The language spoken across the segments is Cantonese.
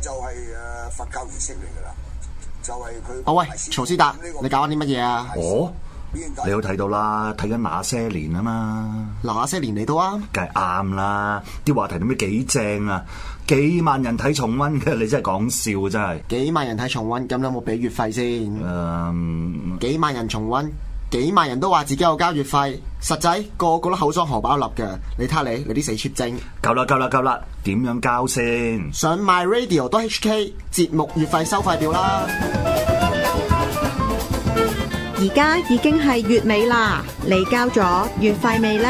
就係誒佛教儀式嚟㗎啦，就係佢。哦喂，曹思達，你搞緊啲乜嘢啊？哦，你都睇到啦，睇緊那些年啊嘛，嗱些年嚟到啊，梗係啱啦，啲話題點解幾正啊，幾萬人睇重温嘅，你真係講笑真係。幾萬人睇重温，咁有冇俾月費先？誒幾萬人重温，幾萬人都話自己有交月費，實際個個都口裝荷包粒嘅。你睇下你，你啲死 cheap 精，夠啦夠啦夠啦，點樣交先？上 myradio.hk 節目月費收費表啦。而家已經係月尾啦，你交咗月費未呢？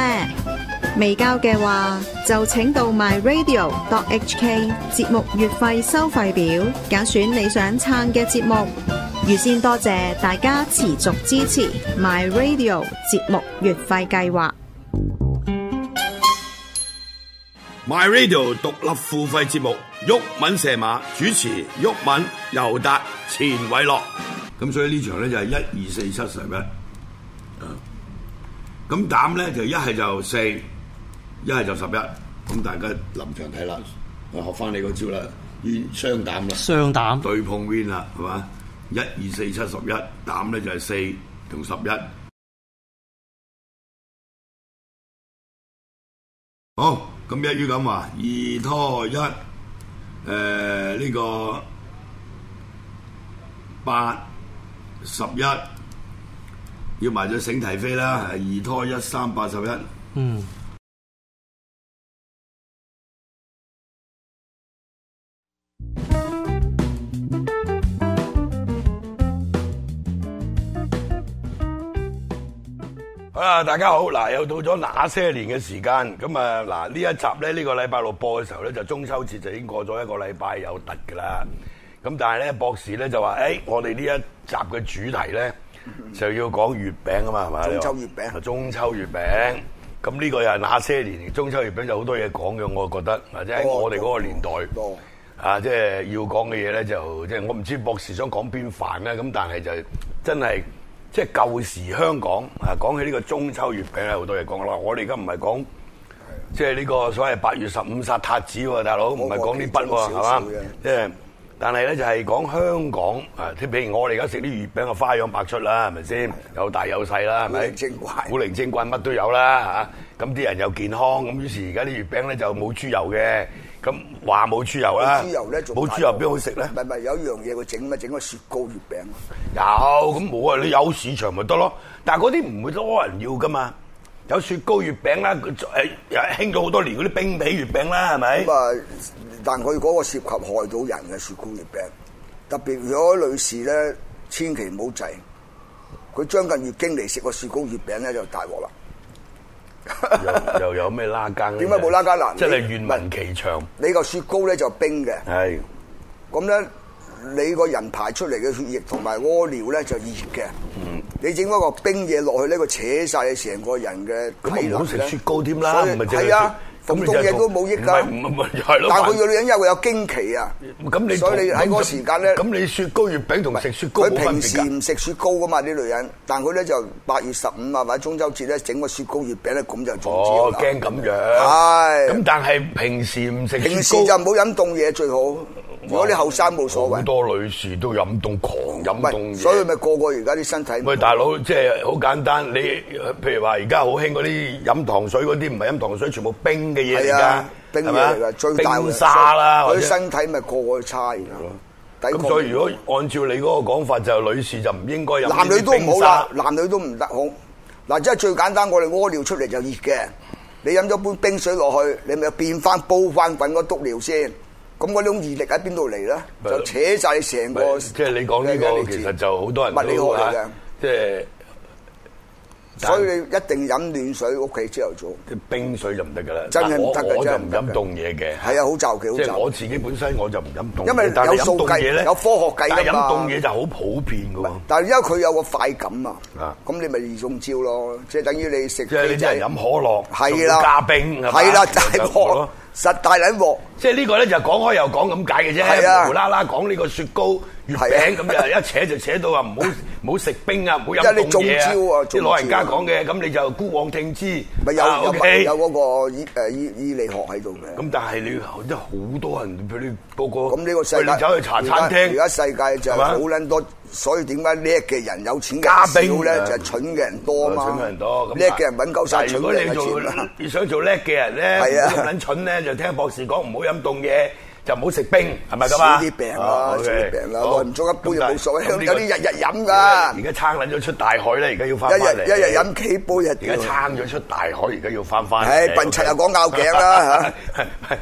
未交嘅話，就請到 myradio.hk 節目月費收費表，揀選你想撐嘅節目。預先多謝大家持續支持 myradio 節目月費計劃。 My Radio 獨立付費節目，鬱敏射馬主持，鬱敏、尤達、錢偉樂。咁所以呢場咧就係一二四七十一。啊咁膽咧就一係就四，一係就十一。咁大家臨場睇啦，我學翻你嗰招啦，冤雙膽啦。雙膽對碰 win 啦，係嘛？一二四七十一，膽咧就係四同十一。好，咁一於咁話，二拖一，誒、呃呢、個八十一，要埋咗醒提飛啦，係二拖一三八十一。嗯，好啦，大家好，嗱又到咗那些年嘅時間，咁啊嗱呢一集咧呢、個禮拜六播嘅時候咧，就中秋節就已經過咗一個禮拜有突噶啦。咁但係咧博士咧就話：，誒、我哋呢一集嘅主題咧就要講月餅啊嘛，係咪？中秋月餅中秋月餅。咁呢個又係那些年中秋月餅有好多嘢講嘅，我覺得，或者喺多我哋嗰個年代。多啊，即係要講嘅嘢咧，就即係我唔知博士想講邊範咧，咁但係就真係即係舊時香港啊，講起呢個中秋月餅咧，好多嘢講啦。我哋而家唔係講即係呢個所謂八月十五殺塔子喎，大佬唔係講呢筆喎，係嘛少少嘅？即係但係咧就係講香港啊，即係譬如我哋而家食啲月餅啊，花樣百出啦，係咪先？有大有細啦，係咪？古靈精怪古靈精怪乜都有啦嚇。咁啲人又健康，咁於是而家啲月餅咧就冇豬油嘅，咁話冇豬油啦，冇豬油咧，仲啊大冇豬油鑊邊好食咧唔？係唔係，有一樣嘢佢整咩？整個雪糕月餅，有咁冇啊！你有市場咪得咯，但係嗰啲唔會多人要噶嘛。有雪糕月餅啦，誒誒興咗好多年嗰啲冰皮月餅啦，係咪咁？啊，但佢嗰個涉及害到人嘅雪糕月餅，特別如果女士咧，千祈唔好制。佢將近月經嚟食個雪糕月餅咧，就大鑊啦。又又有咩拉更咧？點解冇拉更嗱即係你願聞其詳。你個雪糕咧就冰嘅，係咁咧你個人排出嚟嘅血液同埋屙尿咧就熱嘅。你整嗰個冰嘢落去呢，佢扯晒你成個人嘅體咁啊，唔能好食咧雪糕添啦，所以唔係淨係係啊，食咁咁凍嘢都冇益㗎。唔係唔係係咯，但係佢要因為有經期啊，咁你所以你喺嗰個時間咧，咁你雪糕月餅同食雪糕佢冇分平別時㗎。唔食雪糕噶嘛啲女人，但佢咧就八月十五啊或者中秋節咧整個雪糕月餅咧，咁就中招哦，啦。驚咁樣。係咁但係平時唔食雪糕，平時就唔好飲凍嘢最好，如果你後生冇所好謂。多女士都飲凍狂飲凍喂，嘢所以咪個個而家啲身體唔喂，大佬，即係好簡單。你譬如話，而家好興嗰啲飲糖水嗰啲，唔係飲糖水，全部冰嘅嘢嚟係㗎啊，，冰係嘢咪嚟㗎，最大冰沙啦，或佢者身體咪個個差㗎。抵抗咁所以如果按照你嗰個講法，就女士就唔應該飲呢啲男女都唔好啦，冰男女都唔得好。嗱，即係最簡單，我哋屙尿出嚟就熱嘅，你飲咗杯冰水落去，你咪變翻煲翻滾嗰督尿先。咁嗰種熱力喺邊度嚟咧？咪就扯晒你成沙個。即係你講呢嘅個，理智其實就好多人物理學都嚟嘅啊，即係但所以你一定飲暖水，屋企朝頭早。啲冰水就唔得㗎啦。真係唔得但㗎我我就真係唔唔得㗎飲凍嘢係啊，嘅。好就嘅，好即係就。我自己本身我就唔飲凍嘢，因為但係有飲數凍計嘢咧有科學計㗎但係飲嘛凍嘢就好普遍㗎喎。但係因為佢有個快感啊哦啊，咁你咪易中招咯。即係等於你食即係你啲人飲可樂，係仲要啦，加冰，係嘛係啦，大就係咁鑊咯，實大撚鑊。即係呢個咧就講開又講咁解嘅係啊啫，無啦啦講呢個雪糕、月餅係啊咁就一扯就扯到 話唔好唔好食冰啊，唔好飲因為你凍嘢中招啊啊，中啲招啊老人家講嘅，咁你就孤往聽之。咪有啊有 OK 有嗰個醫誒醫醫理學喺度嘅。咁但係你真係好多人俾你個個咁呢個世界你走去茶餐而廳，家而家世界就係係嘛好撚多，所以點解叻嘅人有錢嘅加人兵少咧？啊就係蠢嘅人多嘛。蠢嘅人多，咁叻嘅人揾鳩晒但係蠢如果嘅人你嘅做錢啦。你想做叻嘅人咧，係唔啊好咁撚蠢咧，就聽博士講唔好飲凍嘢，就唔好食冰，係咪咁少啊？啲病哦啦，Ờ, ，OK，少啲病啦，好耐唔足一杯就冇所咁謂。呢有個啲日日飲而㗎，家撐撚咗出大海咧，而家要翻一翻日嚟。一日飲幾杯啊！而家撐咗出大海，而家要翻翻。唉笨柒又講拗頸 啦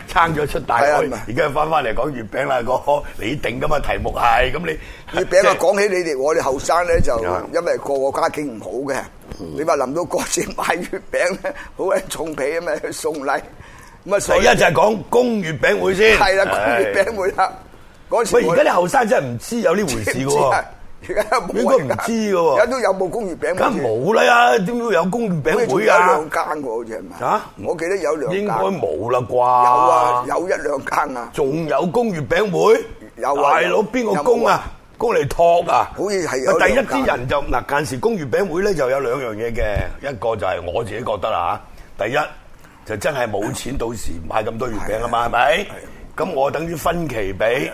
撐咗出大海，係啊而家翻翻嚟講月餅啦，哥，你定噶嘛題目係咁你。你俾我即係講起你哋，我哋後生咧就啊因為個個家境唔好嘅，你話臨到過節買月餅咧，好鬼重皮啊嘛，去送禮咁啊，所第以一就係講供月餅會先。係啦，講月餅係。會啦。嗰時喂，我而家啲後生真係唔知有呢回 事知嘅喎，唔知啊而家冇應該唔知嘅喎而家都有冇工月餅會？梗係冇啦，點會有供月好似餅仲有會啊兩？間喎，好似係咪？啊我記得有兩間。應該冇啦啩？有 à? 啊，有一兩間啊，仲有供月餅會？有啊大佬有邊個供啊？供嚟托啊！好似係有喂第一兩間啲人就嗱，間時供月餅會咧就有兩樣嘢嘅，一個就係我自己覺得啦嚇，第一就真係冇錢到時買咁多月餅啊嘛，係咪？咁我等於分期啊俾，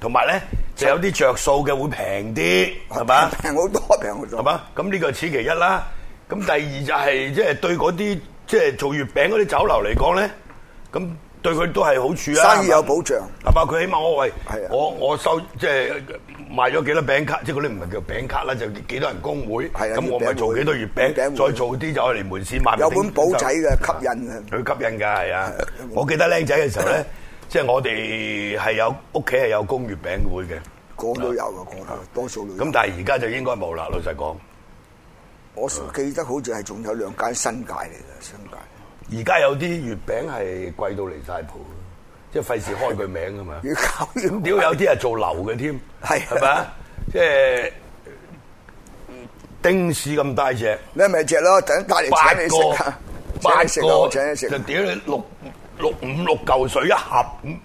同埋咧就有啲着數嘅會平啲，係 嘛？平好多，平好多。係嘛？咁呢個此其一啦。咁第二就係即係對嗰啲即係做月餅嗰啲酒樓嚟講咧，咁對佢都係好處啦。生意有保障係嘛？佢起碼我喂係啊，我我收即係賣咗幾多餅卡，即係嗰啲唔係叫餅卡啦，就幾多人工會。係啊咁月我餅咪會做幾多月月餅，餅會再做啲就嚟門市賣。有本簿仔嘅吸引嘅。佢吸引㗎係啊！我記得僆仔嘅時候咧，即係我哋係有屋企係有供月餅會嘅。個都有嘅，個都有多數都有。咁但係而家就應該冇啦，老實講。我記得好似係仲有兩間新界嚟嘅，新界而家有啲月餅係貴到離晒譜，即係費事開佢名啊嘛。要搞要咁屌有啲係做流嘅添，係係咪啊？即係丁士咁大隻，你咪只咯，等帶八嚟請你食個啊，請八你食啊，我請個你食就啊。屌你六六五六嚿水一盒，咁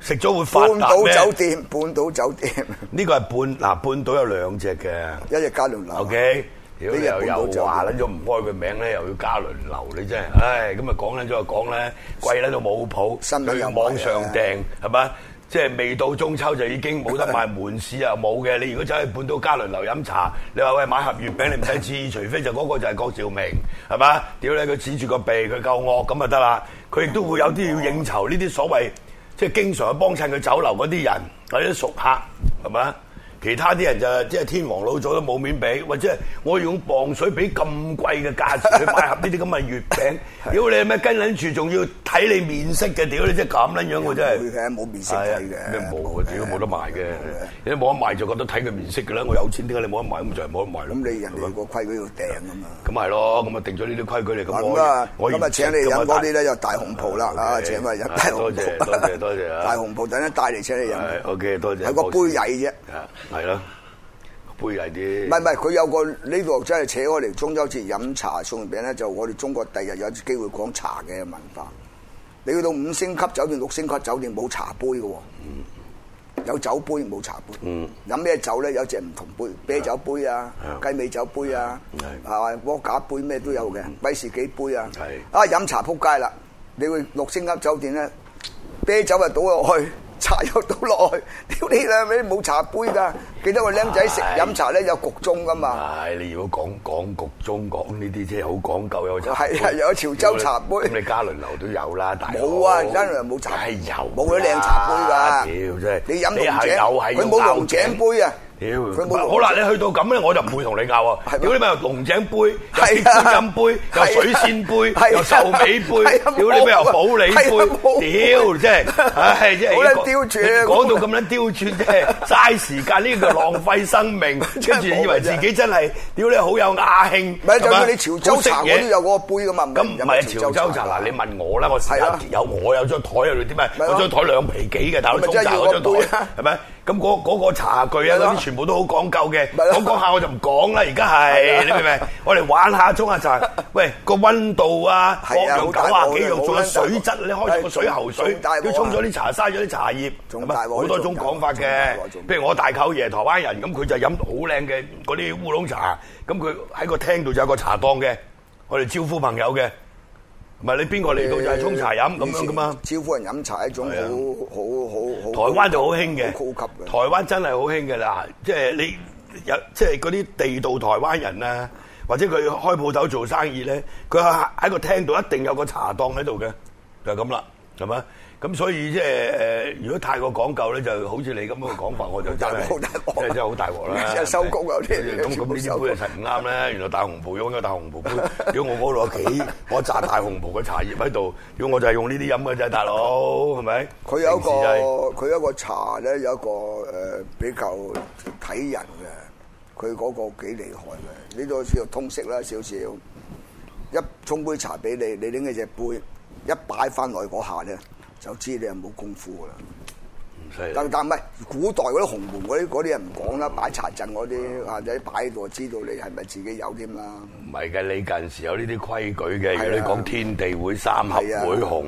食咗會半發達島酒咩？店，半島酒店，呢個係半嗱半島有兩隻嘅。一日加兩樓。 OK，屌呢你日又半島又就話撚咗唔開佢名咧，又要加輪流，你真係，唉，咁啊講撚咗又講咧，貴撚到冇譜，新聞佢又網上賣啊訂係咪？即係未到中秋就已經冇得賣，門市又冇嘅。你如果走去半島加輪流飲茶，你話喂買盒月餅你唔使旨意，除非就嗰個就係郭兆明係嘛？屌你佢指住個鼻，佢夠惡咁就得啦。佢亦都會有啲要應酬呢啲所謂即係經常去幫襯佢酒樓嗰啲人或者熟客係嘛？其他啲人就即係天王老祖都冇面俾，或者係我要用磅水俾咁貴嘅價錢去買盒呢啲咁嘅月餅，屌你咩跟撚住仲要睇你面色嘅，屌你真係咁撚樣我真係。會嘅冇面色睇嘅係啊咩冇啊？屌冇得賣嘅，你冇得賣就覺得睇佢面色㗎啦。我有錢點解你冇得賣？咁就係冇得賣咯。咁你人哋係嘛個規矩要訂啊嘛。咁咪係咯，咁啊定咗呢啲規矩嚟咁咁我啊，我咁啊請你飲嗰啲咧就大紅袍啦，啊 OK 請埋飲啊大紅袍，多謝多謝多謝啊大紅袍等陣帶嚟請你係飲， OK，多謝。係個杯曳啫，啊，係啦，杯曳啲。唔係唔係，佢有個呢度真係扯我嚟中秋節飲茶送月餅咧，就我哋中國第日有機會講茶嘅文化。你去到五星級酒店、六星級酒店冇茶杯嘅喎，有酒杯冇茶杯。飲咩酒咧？有隻唔同杯，啤酒杯啊、雞尾酒杯啊，係係嘛？窩架杯咩都有嘅，威士忌杯啊。係啊，飲茶撲街啦！你去六星級酒店咧，啤酒啊倒落去， 茶又倒落去，屌你啦！你冇茶杯㗎。記得我僆仔食係飲茶咧有焗盅㗎嘛。唉，你如果講講局中講呢啲，即係好講究有茶杯。係啊有潮州茶杯咁你嘉麟樓都有啦，大佬冇啊嘉麟樓冇茶梗係有，冇嗰啲靚茶杯㗎。㗎屌真係，你飲龍井係又係佢冇龍井杯啊屌，佢冇龍井好啦，你去到咁咧，我就唔會同你拗啊係。咩屌你咪有龍井杯，有係鐵啊觀音杯，有水仙杯，係啊有壽眉杯，係啊屌你咪有保利杯，係啊冇屌真係，唉真係好撚刁鑽啊講到咁撚刁鑽，真係嘥時間，呢個浪費生 命，跟住啊以為自己真係屌你好有雅興，唔係，就係嘛算你潮州茶啊好我識嘢都有嗰個杯噶嘛，咁唔係潮州茶嗱，你問我啦，我時係啊間有我有張台喺度，點解咪咯我張台兩皮幾嘅，大佬咪中真係茶要嗰張個杯啊台係咪？咁嗰嗰個茶具啊咪咯嗰啲全部都好講究嘅。咪咯啊講講下我就唔講啦，而家係你明唔明？我哋玩下沖下茶，喂個温度啊，各係啊樣好九大啊鑊幾樣，嘅好撚仲有大鑊水質，你開咗個水喉水仲大鑊，啊都沖咗啲茶，嘥咗啲茶葉，仲大鑊好多種講法仲大嘅鑊仲。大鑊譬如我大舅爺台灣人，咁佢就飲好靚嘅嗰啲烏龍茶，咁佢喺個廳度就有個茶檔嘅，我哋招呼朋友嘅。唔係你邊個嚟到就係沖茶飲咁樣噶嘛？以前招呼人飲茶係一種好係啊好好好台灣就好興嘅，好高級嘅台。灣真係好興嘅啦，即係你有即係嗰啲地道台灣人啊，或者佢開鋪頭做生意咧，佢喺喺個廳度一定有個茶檔喺度嘅，就係咁啦，係咪？咁所以即係誒，如果太過講究咧，就好似你咁嘅講法，我就真 係好大鑊真係真係好大 鑊啦！即係收工有啲咁咁呢啲杯就實唔啱啦。原來大紅袍用嘅大紅 袍杯，如果我嗰度有幾我扎大紅袍嘅茶葉喺度，如果我就係用呢啲飲嘅啫，大佬係咪？佢有一個平時就係佢有一個茶咧，有一個誒、呃比較睇人嘅，佢嗰個幾厲害嘅。呢度叫做通識啦，少少一沖杯茶俾你，你拎起只杯一擺翻落去嗰下咧，就知你係冇功夫噶啦。唔犀利但但唔係古代嗰啲洪門嗰啲嗰啲人唔講啦，擺茶陣嗰啲啊，你擺喺度知道你係咪自己有添啦。唔係嘅，你近時有呢啲規矩嘅。係啊如果你講天地會、三合會、係啊紅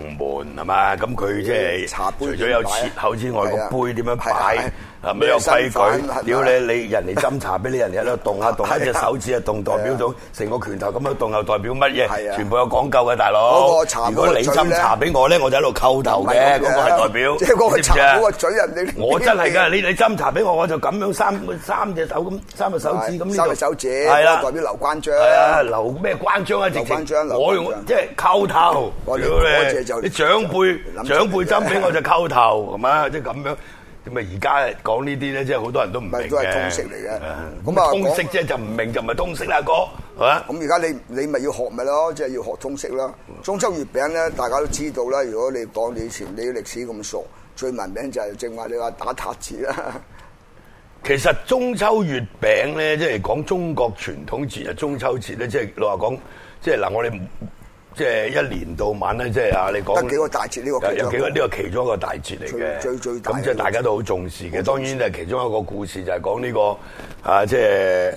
門係嘛，咁佢即係啊茶杯除點咗有擺啊切口之外，係啊個杯點樣係啊係擺啊，係咪有規咩身矩份？屌你係啊你人哋斟茶俾你，人哋喺度動下動下，一隻手指啊動代表到成個拳頭咁樣動又代表乜係嘢？啊全部有講究嘅，大佬嗰個茶。如果杯你嘴斟咧茶俾我咧，我就喺度叩頭嘅，嗰唔係咁嘅個係代表。即係嗰個茶知唔知啊嗰個嘴人哋我真係㗎，你你斟茶俾我，我就咁樣三三隻手咁三隻手指咁呢度。三隻手指，係啦代。表劉關張。係啊，留咩關張啊？直留關張情留我用關張即係叩頭，我哋屌我哋就你！你長輩諗住長輩針俾我就叩頭，係嘛？即係咁樣。咁啊，而家講呢啲咧，即係好多人都唔唔明係嘅。都係通識嚟嘅咁咁啊啊，通講識啫，就唔明就唔係通識啦，哥係嘛？咁而家你你咪要學咪咯，即係要學通識啦。中秋月餅咧，大家都知道啦。如果你講你以前你啲歷史咁熟，最聞名就係正話你話打塔字啦。其實中秋月餅咧，即係講中國傳統節日中秋節咧，即係老話講，即係嗱，我哋唔即係一年到晚咧，即係啊，你講得幾個大節呢個其中一個有幾個呢個其中一個大節嚟最嘅，最最大咁即係大家都好重視好嘅。當重視然咧，其中一個故事就係講呢個啊，即係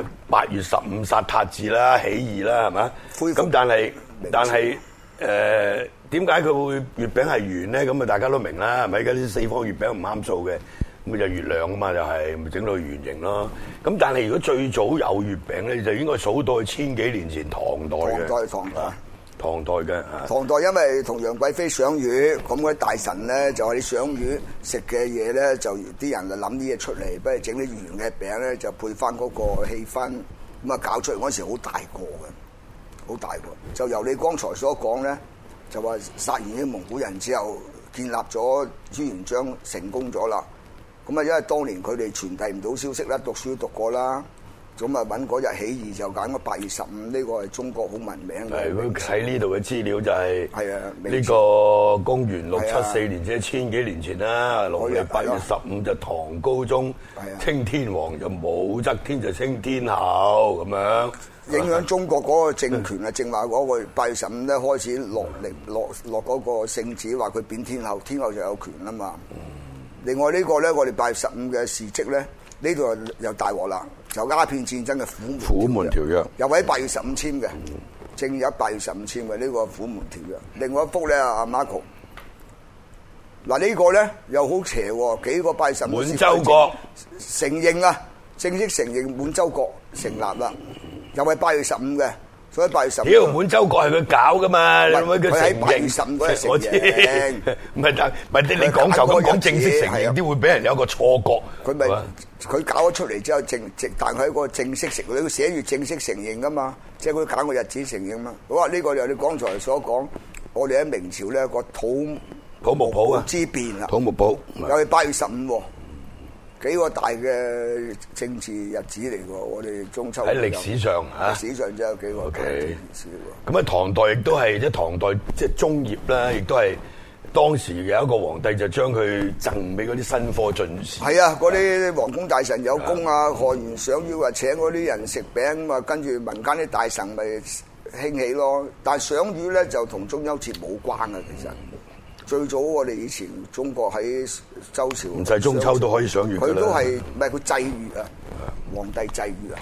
誒八月十五殺塔字啦、起義啦，係嘛？恢復咁但係明朝但係。誒點解佢會月餅係圓咧？咁啊大家都明啦，係咪？而家啲四方月餅唔啱數嘅，咁就月亮啊嘛，就係咪整到圓形咯。咁但係如果最早有月餅咧，就應該數到去千幾年前唐代嘅。唐代唐代啊唐代嘅啊唐代因為同楊貴妃賞月，咁嗰啲大臣咧就話你賞月食嘅嘢咧，就啲人就諗啲嘢出嚟，不如整啲圓嘅餅咧，就配翻嗰個氣氛，咁啊搞出嚟嗰時好大個嘅，好大個。就由你剛才所講咧，就話殺完啲蒙古人之後，建立咗朱元璋成功咗啦。咁啊，因為當年佢哋傳遞唔到消息啦，讀書讀過啦。咁啊，揾嗰日起義就揀咗八月十五，呢個係中國好文明係嘅佢。喺呢度嘅資料就係係啊明呢朝個公元六係七啊四年，即係千幾年前啦。農曆八月十五就唐高宗係啊稱天皇，就武則天就稱天后咁樣。影響中國嗰個政權啊，正話嗰個八月十五咧開始落力落落嗰個聖旨，話佢貶天后，天后就有權啦嘛。另外呢個咧，我哋八月十五嘅事蹟咧，呢度又又大鑊啦，就鴉片戰爭嘅虎虎門門條約又喺八月十五簽嘅，正有八月十五簽嘅呢個虎門條約。另外一幅咧，阿 Marco，嗱呢個咧又好邪喎，幾個八月十五滿洲國承認啊，正式承認滿洲國成立啦，又係八月十五嘅，所以八月十五。啊屌，滿洲國係佢搞噶嘛？你唔係諗佢佢喺承八月認十五嗰日我承知認， 唔係但唔係你佢講搞就咁嗰個講正式日子承認係啊啲會俾人有一個錯覺。佢咪係嘛佢搞咗出嚟之後正正，但佢喺個正式承，佢寫住正式承認噶嘛，即係佢揀個日子承認嘛。好啊，呢個就你剛才所講，我哋喺明朝咧個土土木堡啊之變啦，土木堡又係八月十五喎，幾個大嘅政治日子嚟喎，我哋中秋喺歷史上歷嚇。史上真係有幾個 OK 大嘅歷史喎。咁啊，唐代亦都係即係唐代即係中葉啦，亦都係當時有一個皇帝就將佢贈俾嗰啲新科進士。係啊，嗰啲皇宮大臣有功啊，害完想要話請嗰啲人食餅咁啊，跟住民間啲大臣嗯咪興起咯。但係賞月咧就同中秋節冇關啊，其實最早我哋以前中國喺周朝唔使中秋都可以賞月㗎佢啦都係唔係佢祭月啊？皇帝祭月啊！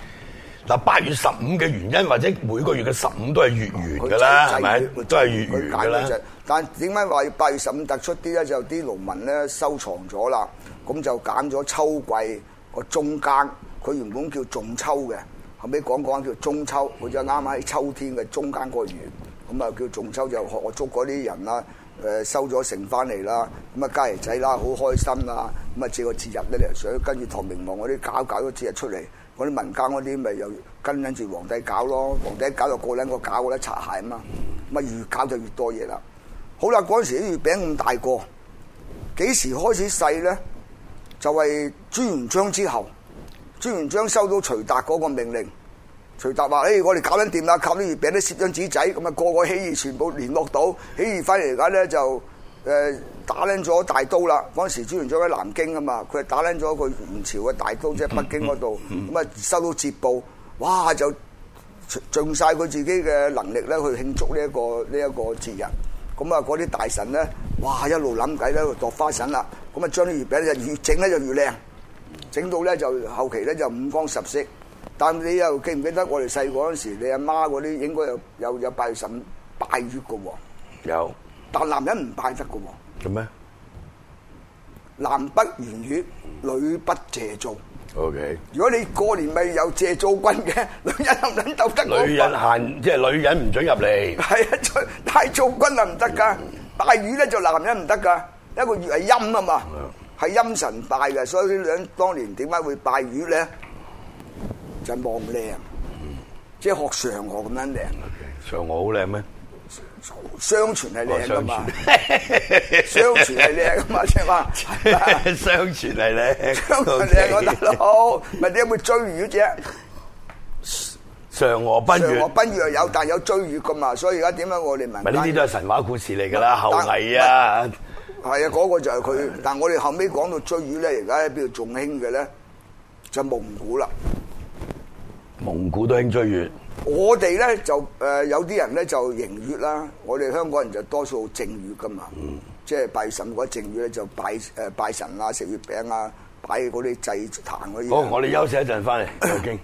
嗱，八月十五嘅原因或者每個月嘅十五都係月圓㗎哦啦，係咪？都係月圓㗎啦。。但點解話八月十五突出啲咧？就啲農民咧收藏咗啦，咁就揀咗秋季個中間，佢原本叫仲秋嘅，後尾講講叫中秋，佢就啱啱喺秋天嘅中間個月，咁啊叫仲秋就學我捉嗰啲人啦。誒收咗成翻嚟啦，咁啊家兒仔啦，好開心啦，咁啊借個節日咧嚟想，跟住唐明皇嗰啲搞搞咗節日出嚟，嗰啲民間嗰啲咪又跟跟住皇帝搞咯，皇帝搞就個撚個搞啦，擦鞋啊嘛，咁啊越搞就越多嘢啦。好啦，嗰陣時啲月餅咁大個，幾時開始細咧？就係朱元璋之後，朱元璋收到徐達嗰個命令，徐達話：，誒、我哋搞緊掂啦，靠啲月餅啲攝張紙仔，咁啊個個起義全部聯絡到，起義翻嚟而家咧就誒、打撚咗大刀啦。嗰陣時朱元璋喺南京啊嘛，佢係打撚咗個元朝嘅大刀，即係北京嗰度，咁啊收到捷報，哇就〜盡晒佢自己嘅能力咧去慶祝呢、一個呢一、個節日。咁啊，嗰啲大臣咧，哇一路諗計咧，度花神啦。咁啊，將啲月餅咧就越整咧就越靚，整到咧就後期咧就五光十色。但你又記唔記得我哋細個嗰陣時，你阿媽嗰啲應該有有有拜神拜月嘅喎，有但男人唔拜得嘅喎，咁咩男不言月，女不謝灶。 ？OK，如果你過年咪有謝灶君嘅， 女人又唔撚鬥得嗰女人限即係女人唔准入 嚟。係啊，做太做軍啊唔得噶，拜魚咧就男人唔得噶，一個月係陰啊嘛，係陰神拜嘅，所以啲女人當年點解會拜魚咧？就係望靚，即係學嫦娥咁樣靚，嫦娥好靚 咩？相傳係靚噶嘛哦， 相傳係靚噶嘛，即係話。相傳係靚，香港靚我大佬，咪你有冇追魚啫？嫦娥奔嫦月娥。奔月又有，但有追魚噶嘛，所以而家點解我哋民咪呢啲間都係神話故事嚟㗎啦，後羿啊，係啊，嗰、個就係佢。但我哋後尾講到追魚咧，而家喺邊度仲興嘅咧？就蒙古啦。蒙古都興追月，我哋咧就誒、呃有啲人咧就迎月啦，我哋香港人就多數正月噶嘛，即係拜神嗰正月咧就拜誒、呃拜神啊，食月餅啊，擺嗰啲祭壇嗰啲嘢。哦好，我哋休息一陣翻嚟，又經。